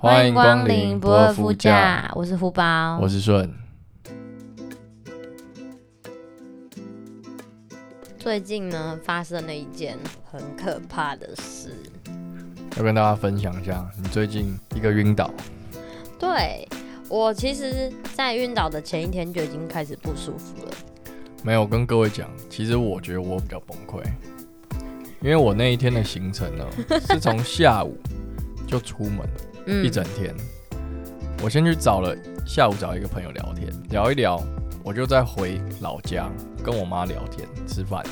欢迎光临不二夫家，我是胡宝我。是顺，最近呢，发生了一件很可怕的事。要跟大家分享一下，你最近一个晕倒，对我其实，在晕倒的前一天就已经开始不舒服了。没有跟各位讲，其实我觉得我比较崩溃，因为我那一天的行程 呢，是从下午就出门了嗯一整天，我先去找了下午找一个朋友聊天，聊一聊，我就再回老家跟我妈聊天吃饭，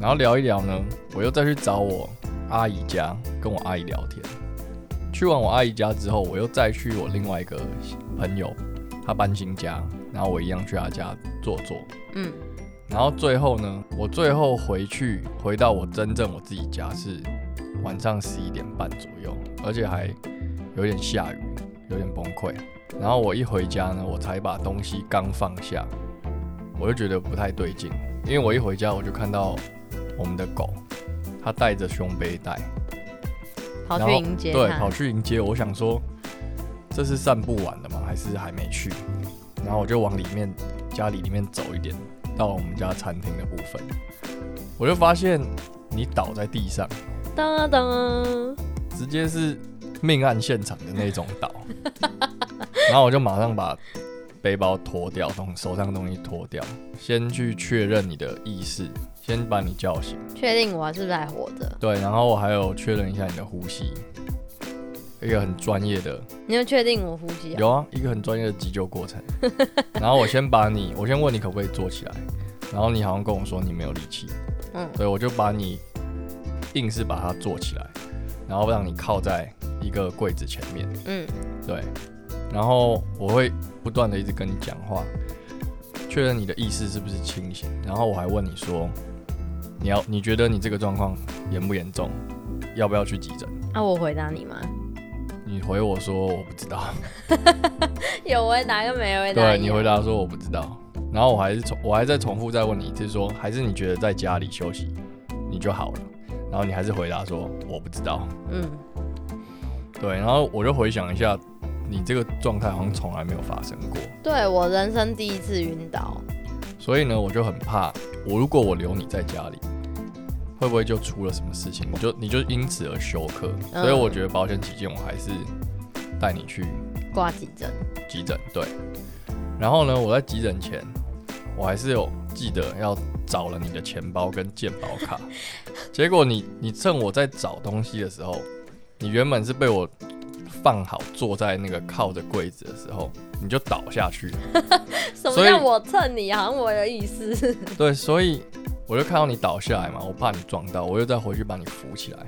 然后聊一聊呢，我又再去找我阿姨家跟我阿姨聊天。去完我阿姨家之后，我又再去我另外一个朋友，他搬新家，然后我一样去他家坐坐。嗯，然后最后呢，我最后回去回到我真正我自己家是晚上十一点半左右，而且还有点下雨，有点崩溃。然后我一回家呢，我才把东西刚放下，我就觉得不太对劲，因为我一回家我就看到我们的狗，它带着胸背带，跑然去后迎接对，他跑。去迎接。我想说，这是散步完了吗？还是还没去？然后我就往里面家里里面走一点，到我们家餐厅的部分，我就发现你倒在地上，噔噔，直接是命案现场的那种 倒。然后我就马上把背包脱掉，从手上的东西脱掉，先去确认你的意识，先把你叫醒。确定我是不是还活着？对，然后我还有确认一下你的呼吸，一个很专业的你有确定我呼吸、啊？有啊，一个很专业的急救过程。 然后我先把你，我先问你可不可以坐起来，然后你好像跟我说你没有力气，嗯，所以我就把你硬是把它坐起来，然后让你靠在一个柜子前面，嗯，对，然后我会不断的一直跟你讲话，确认你的意识是不是清醒，然后我还问你说，你要你觉得你这个状况严不严重，要不要去急诊？那、啊我回答 你吗？你回我说我不知道。有回答跟没回答一样。对你回答说我不知道，然后我还是重我还在重复再问你一次说，还是你觉得在家里休息你就好了，然后你还是回答说我不知道，嗯，对，然后我就回想一下，你这个状态好像从来没有发生过，对我人生第一次晕倒。所以呢，我就很怕，我如果我留你在家里，会不会就出了什么事情，你就你就因此而休克，嗯所以我觉得保险起见，我还是带你去挂急诊，急诊，对。然后呢，我在急诊前，我还是有记得要找了你的钱包跟健保卡。结果你你趁我在找东西的时候，你原本是被我放好坐在那个靠着柜子的时候，你就倒下去了。什么所以叫我蹭你？好像我有意思。对，所以我就看到你倒下来嘛，我怕你撞到，我又再回去把你扶起来。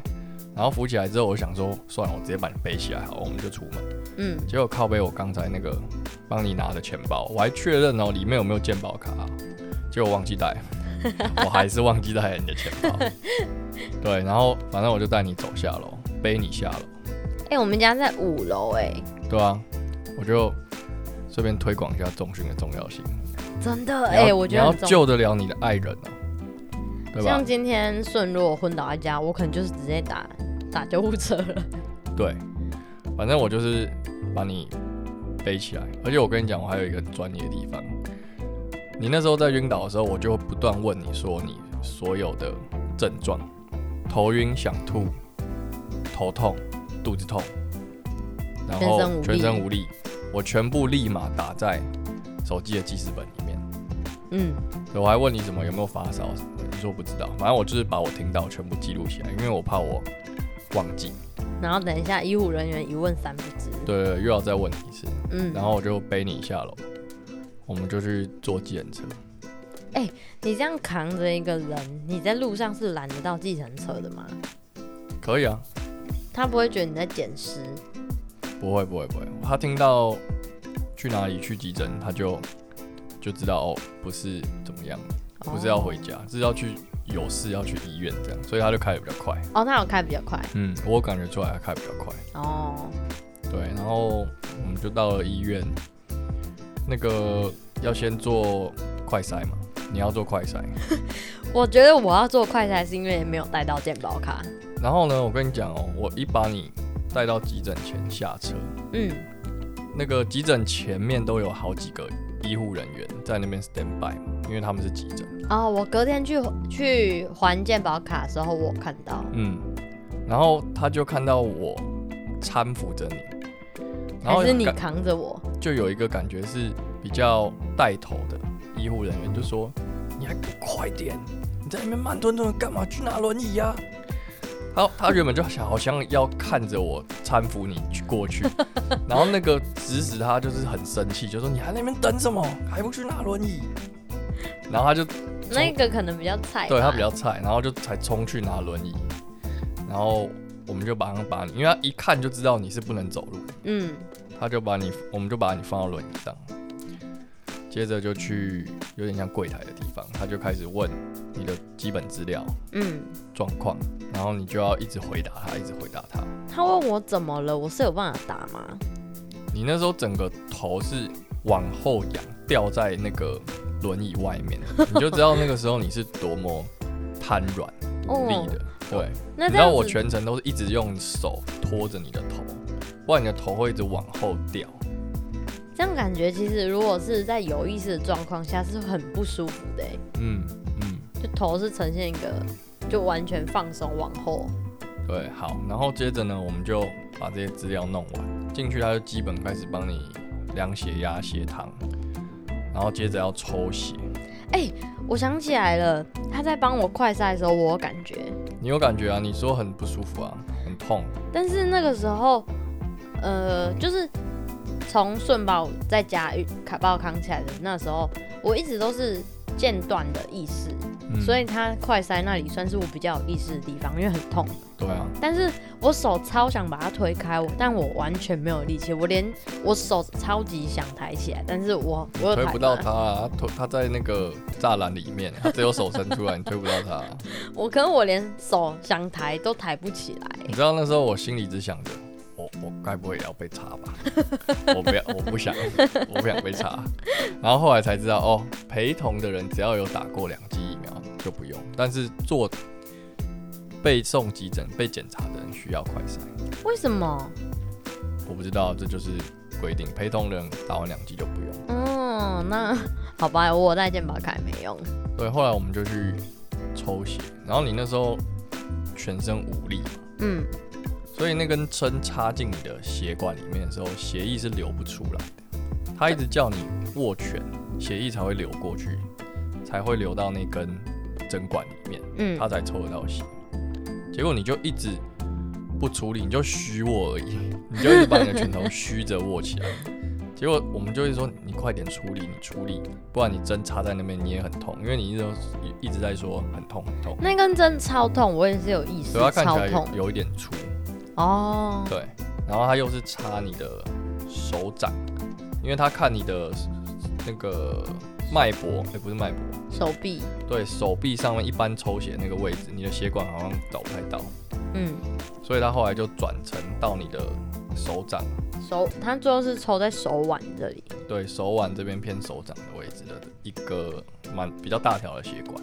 然后扶起来之后，我想说，算了，我直接把你背起来好了，我们就出门。嗯，结果靠背我刚才那个帮你拿的钱包，我还确认哦里面有没有健保卡、啊结果忘记 带，我还是忘记带了你的钱包。对，然后反正我就带你走下楼，背你下楼，哎、我们家在五楼，哎，对啊，我就顺便推广一下重训的重要性。真的，你哎、要我觉你得要很重救得了你的爱人啊，对吧像？今天顺如果昏倒在家，我可能就是直接打打救 护车了。对，反正我就是把你背起来，而且我跟你讲，我还有一个很专业的地方。你那时候在晕倒的时候，我就不断问你说你所有的症状：头晕、想吐、头痛、肚子痛，然后全身全身无力无力。我全部立马打在手机的记事本里面。嗯，对我还问你什么有没有发烧什么的，你说不知道。反正我就是把我听到全部记录起来，因为我怕我忘记。然后等一下医护人员一问三不知。对对，对又要再问你一次。嗯，然后我就背你下楼，我们就去坐计程车。你这样扛着一个人，你在路上是拦得到计程车的吗？可以啊，他不会觉得你在捡尸。不会不会不会，他听到去哪里去急诊，他就就知道哦，不是怎么样，哦不是要回家，是要去有事要去医院这样，所以他就开的比较快。哦，他有开比较快嗯，我感觉出来他开得比较快。哦，对，然后我们就到了医院，那个要先做快筛嘛，你要做快筛。我觉得我要做快筛是因为没有带到健保卡。然后呢，我跟你讲哦，我一把你带到急诊前下车，嗯那个急诊前面都有好几个医护人员在那边 stand by 嘛，因为他们是急诊。哦，我隔天去去还健保卡的时候，我看到，嗯，然后他就看到我搀扶着你，然后还是你感扛着我，就有一个感觉是比较带头的医护人员就说：“你还给我快点，你在那边慢吞吞地干嘛？去拿轮椅啊呀、他他原本就想好像要看着我搀扶你去过 去，然后那个指使他就是很生气，就说你还在那边等什么？还不去拿轮椅？然后他就那个可能比较菜吧，对他比较菜，然后就才冲去拿轮椅，然后我们就马上把你，因为他一看就知道你是不能走路，嗯，他就把你，我们就把你放到轮椅上，接着就去有点像柜台的地方，他就开始问你的基本资料嗯，状况，然后你就要一直回答他，一直回答他。他问我怎么了，我是有办法打吗？你那时候整个头是往后仰，掉在那个轮椅外 面，你就知道那个时候你是多么瘫软无力的。对，哦那你知这道样我子，全程都是一直用手托着你的头，不然你的头会一直往后掉。这样感觉其实如果是在有意识的状况下是很不舒服的欸、嗯嗯，就头是呈现一个就完全放松往后，对，好，然后接着呢，我们就把这些资料弄完，进去他就基本开始帮你量血压、血糖，然后接着要抽血。哎我想起来了，他在帮我快塞的时候，我有感觉，你有感觉啊？你说很不舒服啊，很痛。但是那个时候，呃，就是从顺宝在家卡把我扛起来的那时候，我一直都是间断的意识，嗯所以他快塞那里算是我比较有意识的地方，因为很痛。对啊，但是我手超想把它推开，我但我完全没有力气，我连我手超级想抬起来，但是我你我有推抬不到吗他啊，他推他在那个栅栏里面，他只有手伸出来，你推不到他啊、我可能我连手想抬都抬不起来你。知道那时候我心里只想着，我我该不会也要被插吧？我不要，我不想，我不想被插。然后后来才知道，哦，陪同的人只要有打过两剂疫苗就不用，但是做被送急诊、被检查的人需要快筛。为什么？我不知道，这就是规定，陪同人打完两剂就不用。嗯，那好吧，我有带健保卡也没用。对，后来我们就去抽血，然后你那时候全身无力嘛，嗯，所以那根针插进你的血管里面的时候，血液是流不出来的。他一直叫你握拳，血液才会流过去，才会流到那根针管里面，嗯他才抽得到血。结果你就一直不处理，你就虚握而已，啊你就一直把你的拳头虚着握起来。结果我们就会说你快点处理，你处理，不然你针插在那边你也很痛，因为你一直都一直在说很痛很痛，那根针超痛，我也是有意识所以它，看起超来痛有有一点粗。哦。对，然后他又是插你的手掌，因为他看你的那个脉搏，哎、不是脉搏，手臂，对手臂上面一般抽血那个位置，你的血管好像找不太到，嗯，所以他后来就转成到你的手掌，手，它最后是抽在手腕这里。对手腕这边偏手掌的位置的一个蛮比较大条的血管，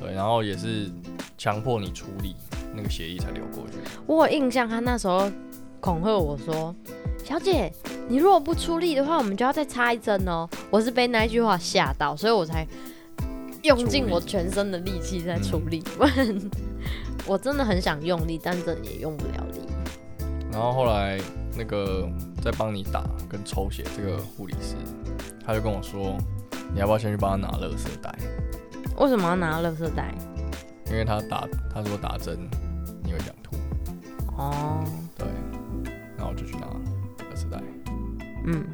对，然后也是强迫你出力，那个血液才流过去。我有印象，他那时候恐吓我说：“小姐，你如果不出力的话，我们就要再插一针哦。”我是被那一句话吓到，所以我才用尽我全身的力气在出力，不然 我真的很想用力，但真的也用不了力。然后后来那个在帮你打跟抽血这个护理师，他就跟我说，你要不要先去帮他拿垃圾袋？为什么要拿垃圾袋？因为他打他说打针你会想吐，哦，对，然后我就去拿垃圾袋，嗯，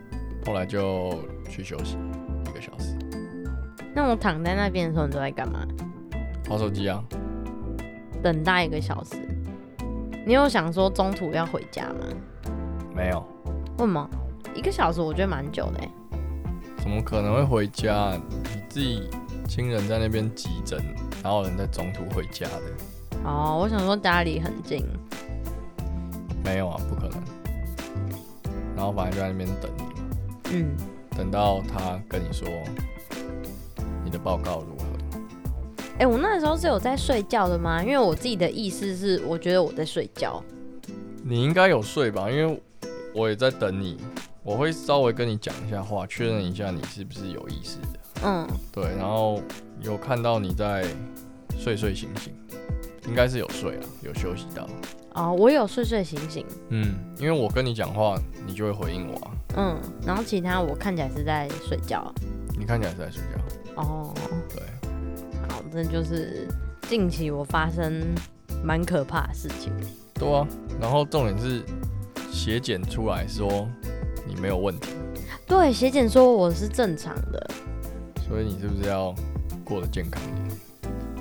后来就去休息一个小时，那我躺在那边的时候，你都在干嘛？划手机啊，等待一个小时。你有想说中途要回家吗？没有，为什么？一个小时我觉得蛮久的、欸。怎么可能会回家？你自己亲人在那边急诊，然后人在中途回家的，哦，我想说家里很近。没有啊，不可能。然后反正就在那边等你嘛。嗯，等到他跟你说你的报告如何，哎、我那时候是有在睡觉的吗？因为我自己的意思是，我觉得我在睡觉。你应该有睡吧？因为我也在等你，我会稍微跟你讲一下话，确认一下你是不是有意识的。嗯，对，然后有看到你在睡睡醒醒，应该是有睡啊，有休息到。哦，我有睡睡醒醒，嗯，因为我跟你讲话，你就会回应我啊。嗯，然后其他我看起来是在睡觉。你看起来是在睡觉，哦，对，好，这就是近期我发生蛮可怕的事情。对啊。然后重点是血检出来说你没有问题，对，血检说我是正常的， 所以你是不是要过得健康一点？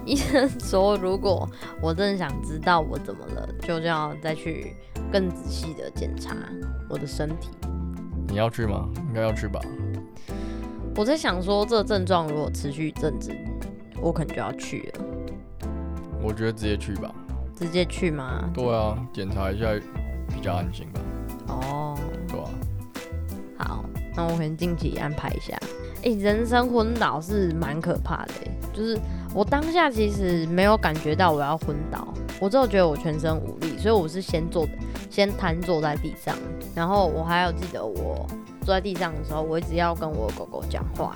医生说如果我真的想知道我怎么了，就要再去更仔细的检查我的身体。你要去吗？应该要去吧。我在想说，这症状如果持续一阵子，我可能就要去了，我觉得直接去吧。直接去吗？对啊，检查一下比较安心吧。哦，对啊，好，那我可能近期安排一下。哎、人生昏倒是蛮可怕的、欸，就是我当下其实没有感觉到我要昏倒，我只有觉得我全身无力，所以我是先坐，先瘫坐在地上，然后我还有记得我坐在地上的时候，我一直要跟我狗狗讲话，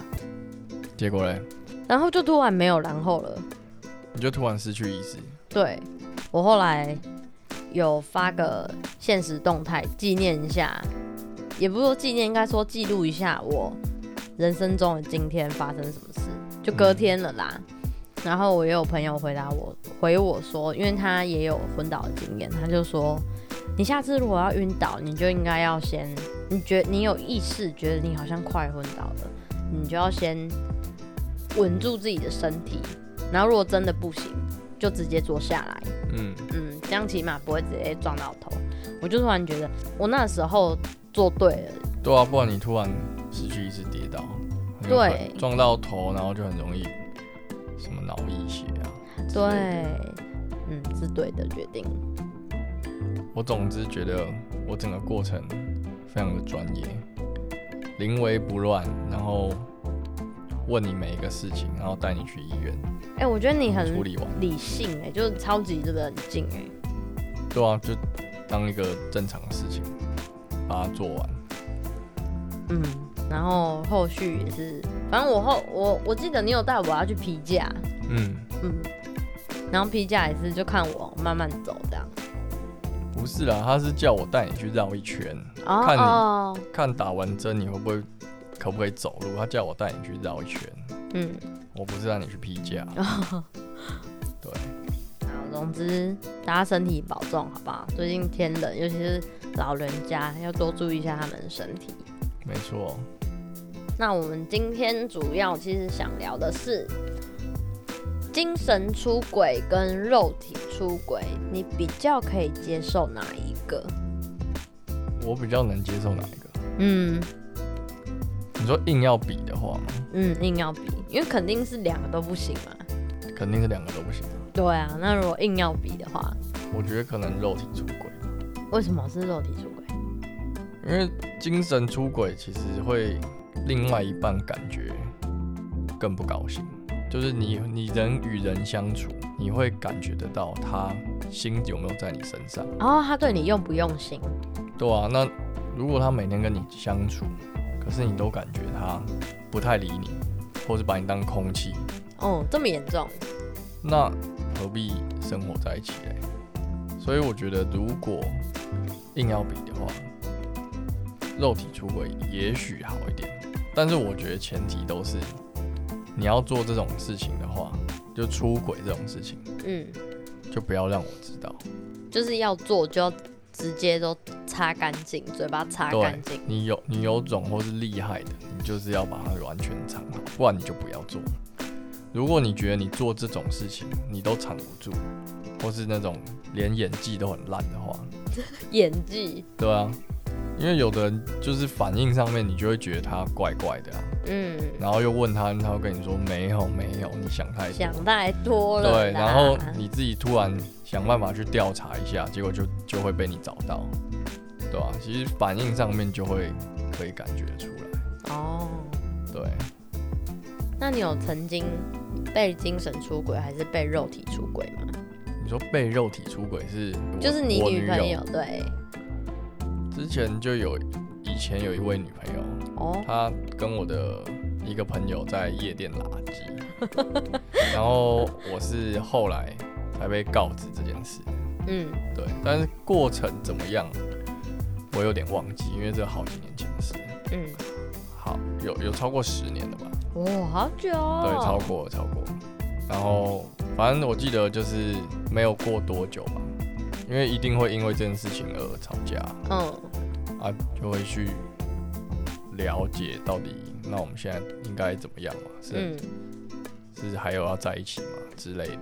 结果嘞，然后就突然没有然后了。你就突然失去意识。对我后来有发个现实动态纪念一下，也不是说纪念，应该说记录一下我人生中的今天发生什么事，就隔天了啦。然后我也有朋友回答我，回我说，因为他也有昏倒的经验，他就说，你下次如果要晕倒，你就应该要先，你觉你有意识，觉得你好像快昏倒了，你就要先稳住自己的身体，然后如果真的不行，就直接坐下来，嗯，嗯，这样起码不会直接撞到头。我就突然觉得，我那时候做对了，对啊，不然你突然失去意识跌倒，很有可能对撞到头，然后就很容易什么脑溢血啊。之类的对，嗯，是对的决定。我总之觉得我整个过程非常的专业，临危不乱，然后问你每一个事情，然后带你去医院哎、我觉得你很处理完。理性、哎，就是超级冷静，哎，对啊，就当一个正常的事情把它做完。嗯。然后后续也是，反正我后我我记得你有带我要去批假，嗯，嗯，然后批假也是就看我慢慢走这样。不是啦，他是叫我带你去绕一圈，哦看你哦，看打完针你会不会可不可以走路。他叫我带你去绕一圈，嗯，我不是让你去批假。对，好，总之大家身体保重，好不好？最近天冷，尤其是老人家，要多注意一下他们的身体。没错。那我们今天主要其实想聊的是精神出轨跟肉体出轨，你比较可以接受哪一个？我比较能接受哪一个？嗯你说硬要比的话吗？嗯，硬要比，因为肯定是两个都不行嘛。肯定是两个都不行啊。对啊，那如果硬要比的话，我觉得可能肉体出轨，为什么是肉体出轨？因为精神出轨其实会另外一半感觉更不高兴，就是你你人与人相处，你会感觉得到他心有没有在你身上。然后哦他对你用不用心？对啊，那如果他每天跟你相处，可是你都感觉他不太理你，或是把你当空气，哦，这么严重？那何必生活在一起嘞？所以我觉得，如果硬要比的话，肉体出轨也许好一点，但是我觉得前提都是你要做这种事情的话，就出轨这种事情，嗯，就不要让我知道。就是要做就要直接都擦干净，嘴巴擦干对净。，你有你有种或是厉害的，你就是要把它完全藏好，不然你就不要做。如果你觉得你做这种事情你都藏不住，或是那种连演技都很烂的话，演技，对啊，因为有的人就是反应上面，你就会觉得他怪怪的、啊，嗯，然后又问他，他会跟你说没有没有，你想太多。想太多了啦。对，然后你自己突然想办法去调查一下，结果就就会被你找到，对啊，其实反应上面就会可以感觉出来，哦，对，那你有曾经被精神出轨还是被肉体出轨吗？你你说被肉体出轨是我？就是你我女女朋友友对之前就有，以前有一位女朋友，哦，她跟我的一个朋友在夜店拉鸡， 然后我是后来才被告知这件事。嗯，对，但是过程怎么样，我有点忘记，因为这好几年前的事，嗯，好有有超过十年了吧？哇，好久、哦，对，超过超过。然后反正我记得就是没有过多久吧，因为一定会因为这件事情而吵架嗯，啊，就会去了解到底那我们现在应该怎么样嘛？是、嗯，是还有要在一起嘛之类的。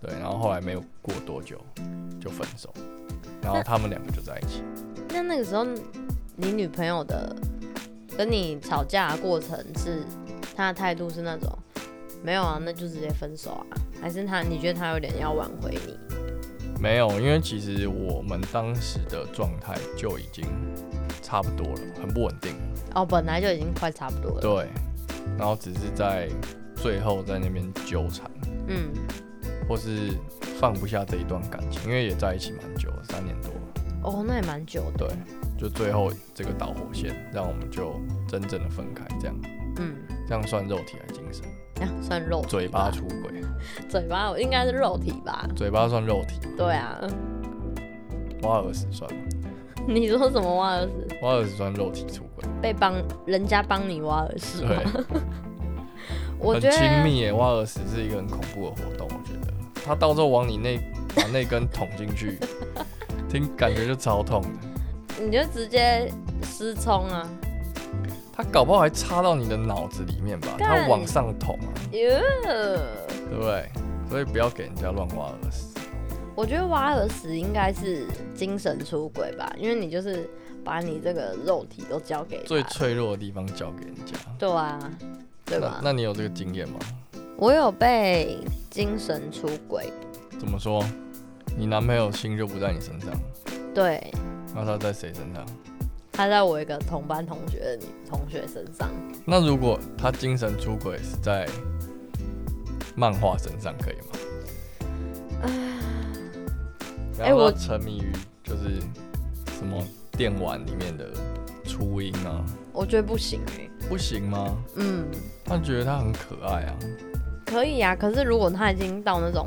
对，然后后来没有过多久就分手，然后他们两个就在一起。那那个时候你女朋友的跟你吵架的过程是她的态度是那种没有啊，那就直接分手啊，还是她你觉得她有点要挽回你？没有，因为其实我们当时的状态就已经差不多了，很不稳定。哦，本来就已经快差不多了，对，然后只是在最后在那边纠缠，嗯，或是放不下这一段感情，因为也在一起蛮久了，三年多了。哦，那也蛮久的，对，就最后这个导火线，让我们就真正的分开，这样嗯，这样算肉体还是精神？那、算肉体吧嘴巴出轨，嘴巴我应该是肉体吧？嘴巴算肉体，对啊， 挖耳屎算吗？你说什么挖耳屎？挖耳屎算肉体出轨，被帮人家帮你挖耳屎吗？对， 我很觉亲得密耶。挖耳屎是一个很恐怖的活动，我觉得他到时候往你那把那根捅进 去，听感觉就超痛的。你就直接失聪啊，他搞不好还插到你的脑子里面吧，干他往上捅啊，哟、对不对？所以不要给人家乱挖耳屎。啊我觉得挖耳屎应该是精神出轨吧，因为你就是把你这个肉体都交给最他，脆弱的地方交给人家，对啊，对那吧？那你有这个经验吗？我有被精神出轨，怎么说？你男朋友心就不在你身上，对，那他在谁身上？他在我一个同班同学的女同学身上，那如果他精神出轨是在漫画身上，可以吗？呃哎然后我他沉迷于就是什么电玩里面的初音啊，我觉得不行哎、不行吗？嗯，他觉得他很可爱啊，可以啊，可是如果他已经到那种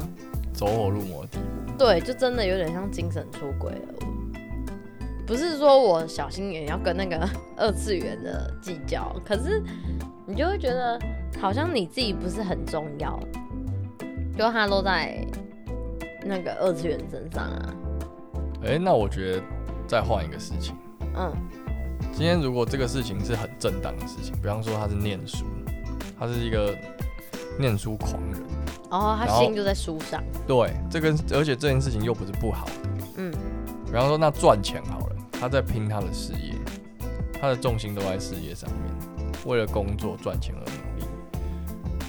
走火入魔的地步。对，就真的有点像精神出轨了。我不是说我小心眼要跟那个 二次元的计较，可是你就会觉得好像你自己不是很重要，就他都在那个二次元身上啊。哎、那我觉得再换一个事情，嗯今天如果这个事情是很正当的事情，比方说他是念书，他是一个念书狂人，哦，他然后心就在书上。对，这跟而且这件事情又不是不好的。嗯比方说那赚钱好了，他在拼他的事业，他的重心都在事业上面，为了工作赚钱而努力。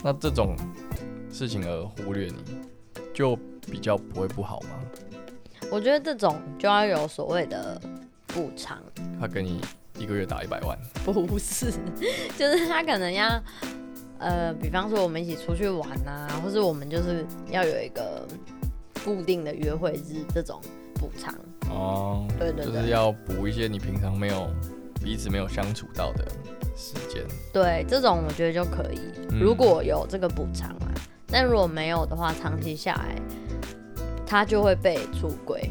那这种事情而忽略你，就比较不会不好吗？我觉得这种就要有所谓的补偿。他给你一个月打一百万，不是，就是他可能要，呃，比方说我们一起出去玩啊，或是我们就是要有一个固定的约会日这种补偿。哦，对对就是对，要补一些你平常没有彼此没有相处到的时间。对这种我觉得就可以，嗯如果有这个补偿啊，但如果没有的话，长期下来他就会被出轨。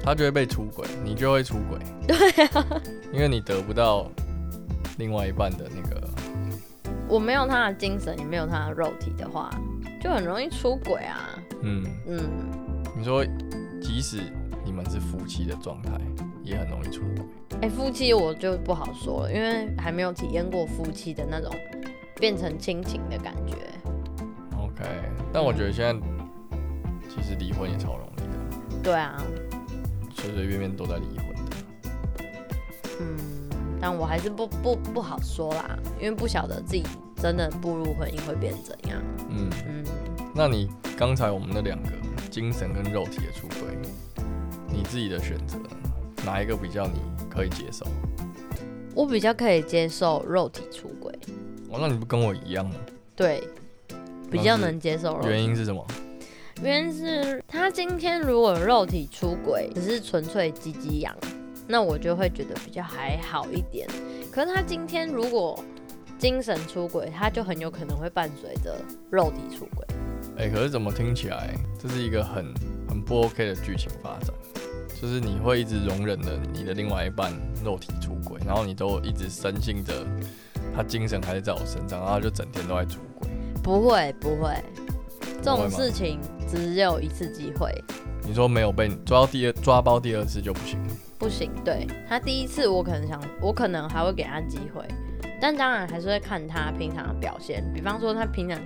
他就会被出轨，你就会出 轨。对啊，因为你得不到另外一半的那个，我没有他的精神，也没有他的肉体的话，就很容易出轨啊。嗯，嗯，你说即使你们是夫妻的状态，也很容易出轨。哎、夫妻我就不好说了，因为还没有体验过夫妻的那种变成亲情的感觉。 OK，但我觉得现在其实离婚也超容易的，对啊，随随便便都在离婚的。嗯，但我还是不不不好说啦，因为不晓得自己真的步入婚姻会变怎样。嗯，嗯，那你刚才我们那两个精神跟肉体的出轨，你自己的选择呢哪一个比较你可以接受？我比较可以接受肉体出轨，哦，那你不跟我一样吗？对，比较能接受肉体。原因是什么？原因是他今天如果肉体出轨，只是纯粹鸡鸡痒，那我就会觉得比较还好一点。可是他今天如果精神出轨，他就很有可能会伴随着肉体出轨。哎、可是怎么听起来这是一个很很不 OK 的剧情发展？就是你会一直容忍着你的另外一半肉体出轨，然后你都一直深信着他精神还是在我身上，然后他就整天都在出轨。不会，不会，这不种会吗事情只有一次机会，你说没有被抓到第二抓包第二次就不行，不行。对他第一次，我可能想，我可能还会给他机会，但当然还是会看他平常的表现。比方说，他平常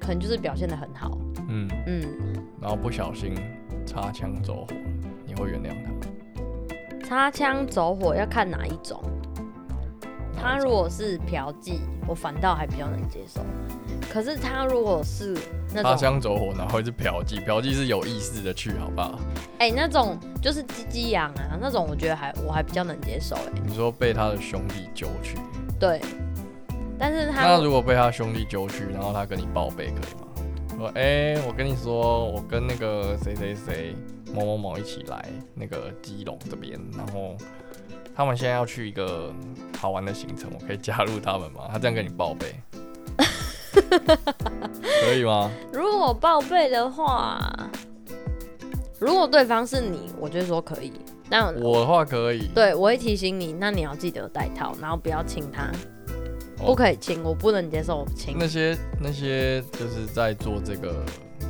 可能就是表现的很好，嗯，嗯，然后不小心擦枪走火了，你会原谅他？擦枪走火要看哪一种。他如果是嫖妓，我反倒还比较能接受。可是他如果是那擦种枪走火，然后是嫖妓，嫖妓是有意识的去，好不好？哎、那种就是鸡鸡痒啊，那种我觉得还我还比较能接受哎、你说被他的兄弟揪去，对，但是他那如果被他兄弟揪去，然后他跟你报备可以吗？说，哎、我跟你说，我跟那个谁谁谁某某某一起来那个基隆这边，然后他们现在要去一个好玩的行程，我可以加入他们吗？他这样跟你报备，可以吗？如果报备的话，如果对方是你，我就说可以。那我的话可以，对我会提醒你，那你要记得戴套，然后不要亲他，哦不可以亲，我不能接受亲。那些那些就是在做这个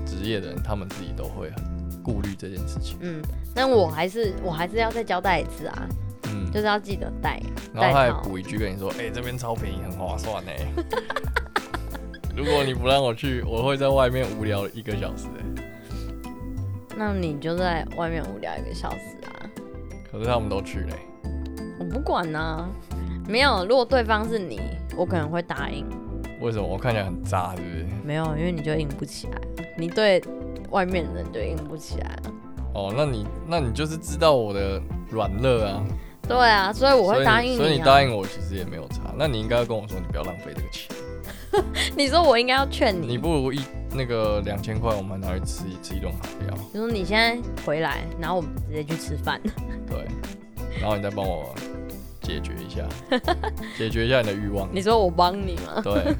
职业的人，他们自己都会很顾虑这件事情，嗯，但我还是我还是要再交代一次啊，嗯。就是要记得啊戴。然后他还戴套补一句跟你说：“哎、这边超便宜，很划算呢。 如果你不让我去，我会在外面无聊一个小时、欸。那你就在外面无聊一个小时啊，可是他们都去嘞、我不管呢、没有，如果对方是你，我可能会答应。为什么？我看起来很渣，是不是？没有，因为你就硬不起来，你对外面的人就硬不起来。哦，那你那你就是知道我的软肋啊。对啊，所以我所以会答应所以啊。答应我，其实也没有差。那你应该要跟我说，你不要浪费这个钱。你说我应该要劝你，你你不如一那个两千块，我们拿去吃一吃一顿好料。说你现在回来，然后我们直接去吃 饭。对，然后你再帮我解决一下， 解决一下你的欲望。你说我帮你吗？对。”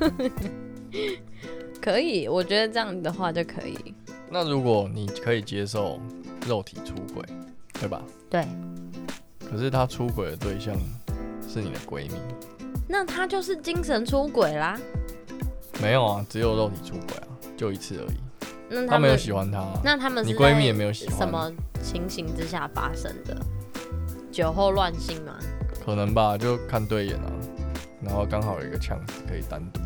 可以，我觉得这样的话就可以。那如果你可以接受肉体出轨，对吧？对，可是他出轨的对象是你的闺蜜，那他就是精神出轨啦。没有啊，只有肉体出轨啊，就一次而已。那他他没有们，喜欢她啊、那他们是你闺蜜也没有喜在欢什么情形之下发生的？酒后乱性吗？可能吧，就看对眼啊，然后刚好有一个枪可以单独。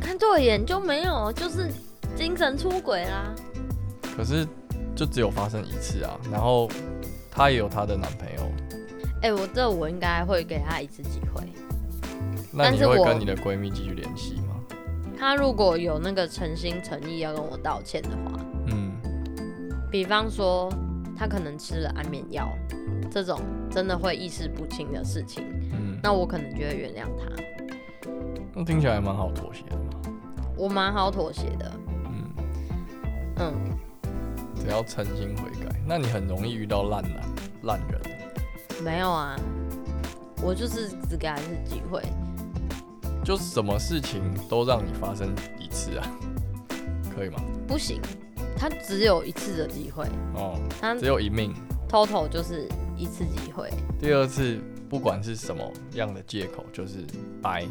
看对眼就没有，就是精神出轨啦。可是就只有发生一次啊，然后她也有她的男朋友，哎、我这我应该会给他一次机会。那但你是会我跟你的闺蜜继续联系吗？他如果有那个诚心诚意要跟我道歉的话，嗯，比方说他可能吃了安眠药，这种真的会意识不清的事情，嗯，那我可能就会原谅他。那听起来蛮好妥协的嘛。我蛮好妥协的，嗯，嗯，只要诚心悔改，那你很容易遇到烂男、烂人。没有啊，我就是只给他一次机会。就什么事情都让你发生一次啊， 可以吗？不行，他只有一次的机会，哦，他只有一命， total 就是一次机会。第二次不管是什么样的借口，就是掰。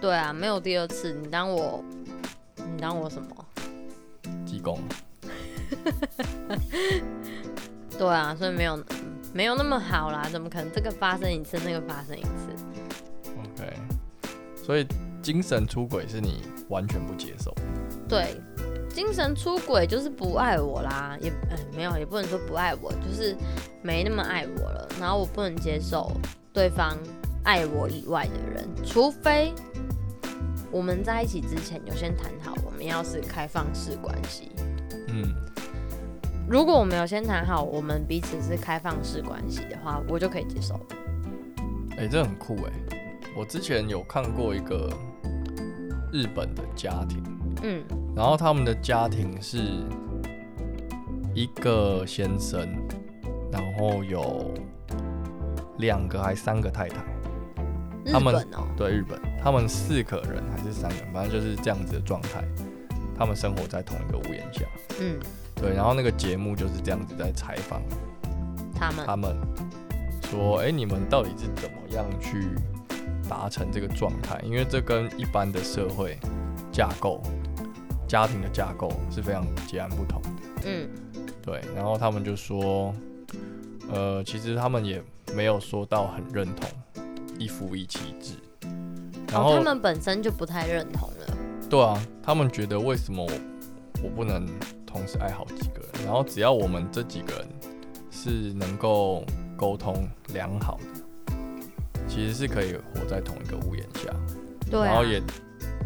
对啊，没有第二次，你当我，你当我什么？济公，对啊，所以没有嗯没有那么好啦，怎么可能这个发生一次，那个发生一次？ OK，所以精神出轨是你完全不接受，对，精神出轨就是不爱我啦，也嗯、没有，也不能说不爱我，就是没那么爱我了。然后我不能接受对方爱我以外的人，除非我们在一起之前有先谈好，我们要是开放式关系。嗯，如果我们有先谈好，我们彼此是开放式关系的话，我就可以接受。哎、这很酷哎、我之前有看过一个日本的家庭，嗯，然后他们的家庭是一个先生，然后有两个还三个太太，日他们本哦，对日本，他们四个人还是三个人，反正就是这样子的状态，他们生活在同一个屋檐下。嗯，对，然后那个节目就是这样子在采访他们他们，说，哎、你们到底是怎么样去达成这个状态？因为这跟一般的社会架构、家庭的架构是非常截然不同的。嗯对，然后他们就说，呃，其实他们也没有说到很认同一夫一妻制，然哦，后、他们本身就不太认同了，对啊，他们觉得为什么我我不能同时爱好几个人？然后只要我们这几个人是能够沟通良好的，其实是可以活在同一个屋檐下。对然啊后，也，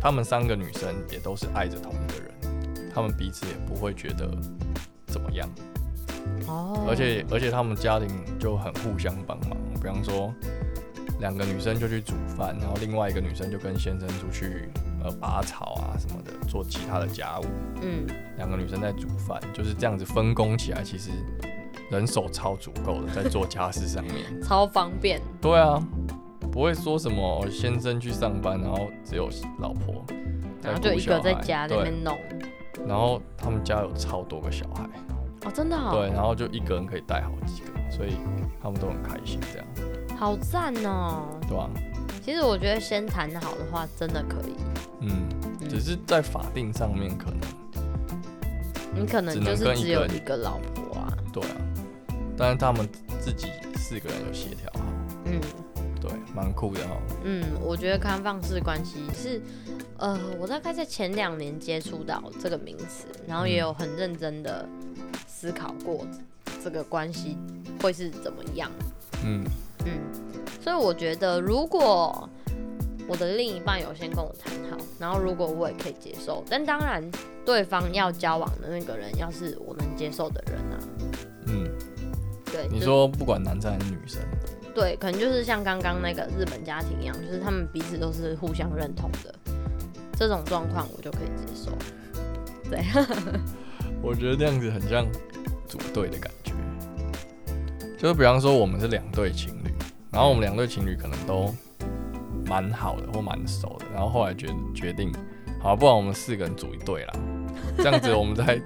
他们三个女生也都是爱着同一个人，他们彼此也不会觉得怎么样。哦，而且而且他们家庭就很互相帮忙，比方说两个女生就去煮饭，然后另外一个女生就跟先生出去呃拔草啊什么的，做其他的家务，嗯，两个女生在煮饭，就是这样子分工起来，其实人手超足够的在做家事上面。超方便，对啊，不会说什么哦先生去上班，然后只有老婆在然后顾就一个小在孩家那对，边弄，然后他们家有超多个小孩。哦，真的对，哦，然后就一个人可以带好几个，所以他们都很开心，这样，好赞哦。对吧、其实我觉得先谈好的话，真的可以，嗯，嗯只是在法定上面可能你可能嗯只能就是跟一只个有人一个老婆啊，对啊，但是他们自己四个人有协调好，嗯。对，蛮酷的哦。嗯，我觉得开放式关系是，呃，我大概在前两年接触到这个名词，然嗯后也有很认真的思考过这个关系会是怎么样。嗯嗯，所以我觉得如果我的另一半有先跟我谈好，然后如果我也可以接受，但当然对方要交往的那个人要是我能接受的人啊，嗯，对，你就说不管男生还是女生，对，可能就是像刚刚那个日本家庭一样，就是他们彼此都是互相认同的，这种状况我就可以接受。我觉得这样子很像组队的感觉，就是比方说我们是两对情侣，然后我们两对情侣可能都蛮好的或蛮熟的，然后后来决决定，好，不然我们四个人组一队啦，这样子我们在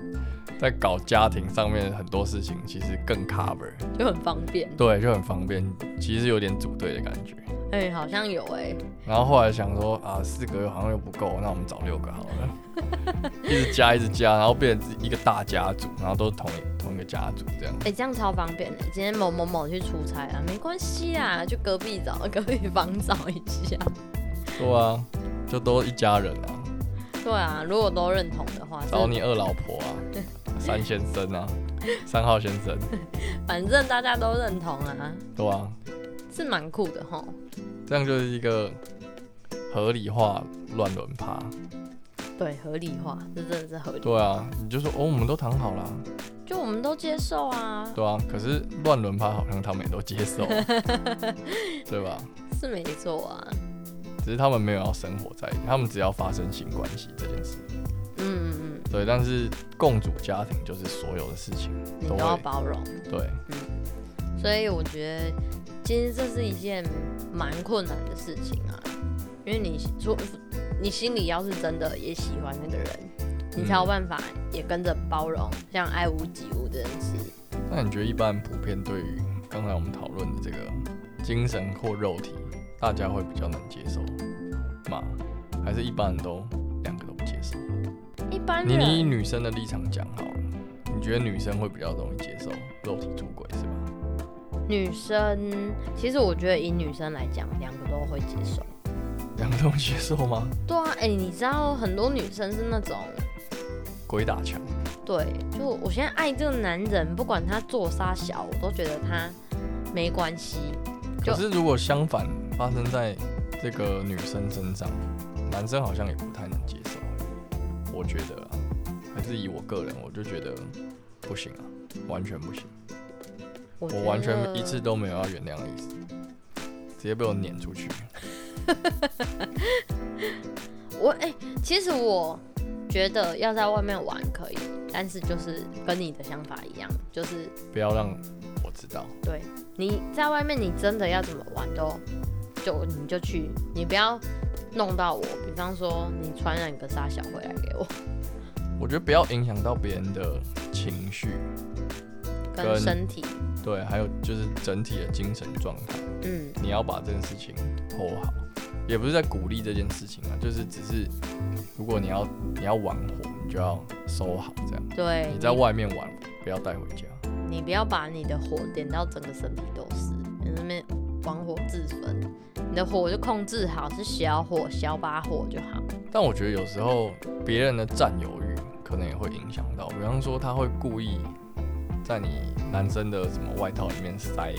在搞家庭上面很多事情其实更 cover，就很方便。对，就很方便，其实有点组队的感觉。哎、好像有哎、然后后来想说啊，四个好像又不够，那我们找六个好了， 一直加一直加，然后变成一个大家族，然后都是同一同一个家族这样。哎、这样超方便的、今天某某某去出差啊，没关系啦，就隔壁找 隔壁房找一下。对啊，就都一家人啊，对啊，如果都认同的话，找是你二老婆啊， 三先生啊，三号先生，反正大家都认同啊，对啊，是蛮酷的吼。这样就是一个合理化乱伦趴。对，合理化，这真的是合理，对啊，你就说哦，我们都谈好了，就我们都接受啊，对啊，可是乱伦趴好像他们也都接受， 对吧？ 是没错啊。只是他们没有要生活在一起，他们只要发生性关系这件事。嗯嗯对，但是共主家庭就是所有的事情嗯，你都都要会包容。对，所以我觉得其实这是一件蛮困难的事情啊，因为你说你心里要是真的也喜欢那个人，你才有办法也跟着包容，嗯像爱屋及乌这件事。那你觉得一般普遍对于刚才我们讨论的这个精神或肉体，大家会比较能接受吗？还是一般人都两个都不接受？一般你你以人女生的立场讲好了，你觉得女生会比较容易接受肉体出轨是吧？女生，其实我觉得以女生来讲，两个都会接受。两个都不接受吗？对啊，哎、你知道很多女生是那种，鬼打墙，对，就我现在爱这个男人，不管他做啥小，我都觉得他没关系。就可是如果相反发生在这个女生身上，男生好像也不太能接受欸，我觉得啊，还是以我个人，我就觉得不行啊，完全不行，我我觉完全得一次都没有要原谅的意思，直接被我撵出去。我哎、其实我觉得要在外面玩可以，但是就是跟你的想法一样，就是不要让我知道。对，你在外面你真的要怎么玩都，就你就去，你不要弄到我。比方说你传染个沙小回来给我，我觉得不要影响到别人的情绪，跟跟身体，对，还有就是整体的精神状态，嗯，你要把这件事情 hold 好。也不是在鼓励这件事情啊，就是只是如果你要你要玩火，你就要收好这样。对，你在外面玩，不要带回家。你，你不要把你的火点到整个身体都是，你那边玩火自焚，你的火就控制好，是小火小把火就好。但我觉得有时候别人的占有欲可能也会影响到，比方说他会故意在你男生的什么外套里面塞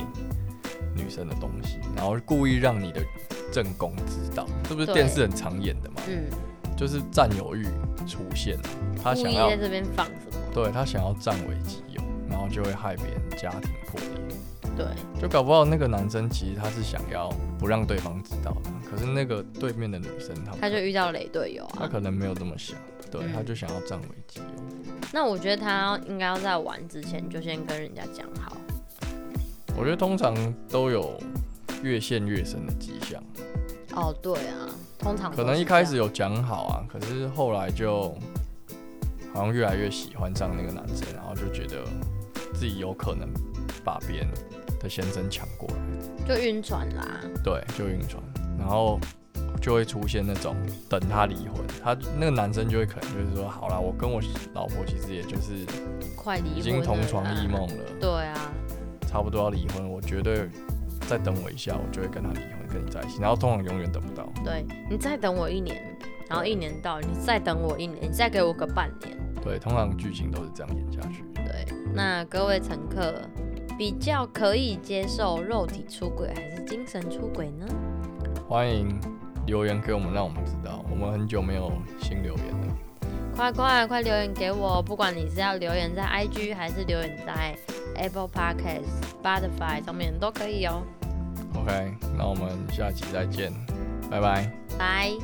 女生的东西，然后故意让你的正宫知道，这不是对电视很常演的嘛？嗯，就是占有欲出现了，他故想意要在这边放什么？对他想要占为己有，然后就会害别人家庭破裂。对，就搞不好那个男生其实他是想要不让对方知道的，可是那个对面的女生她他就遇到雷队友他啊。可能没有这么想，对，嗯他就想要占为己有。那我觉得他应该要在玩之前就先跟人家讲好。我觉得通常都有越陷越深的迹象，哦，对啊，通嗯常可都能是一开这始有讲好啊，可是后来就好像越来越喜欢上那个男生，然后就觉得自己有可能把别人的先生抢过来，样就晕船啦。对，就晕船，然后就会出现那种等他离婚，他那个男生就会可能就是说，好啦，我跟我老婆其实也就是快离婚已经同了床啦异梦了。对啊，差不多要离婚，我绝对再等我一下，我就会跟他离婚，跟你在一起。然后通常永远等不到，对你再等我一年，然后一年到，你再等我一年，你再给我个半年。对，通常剧情都是这样演下去。对，那各位乘客比较可以接受肉体出轨还是精神出轨呢？欢迎留言给我们，让我们知道，我们很久没有新留言了。快快快留言给我！不管你是要留言在 IG 还是留言在 Apple Podcast、Spotify 上面都可以哦。 OK，那我们下期再见，拜拜。拜。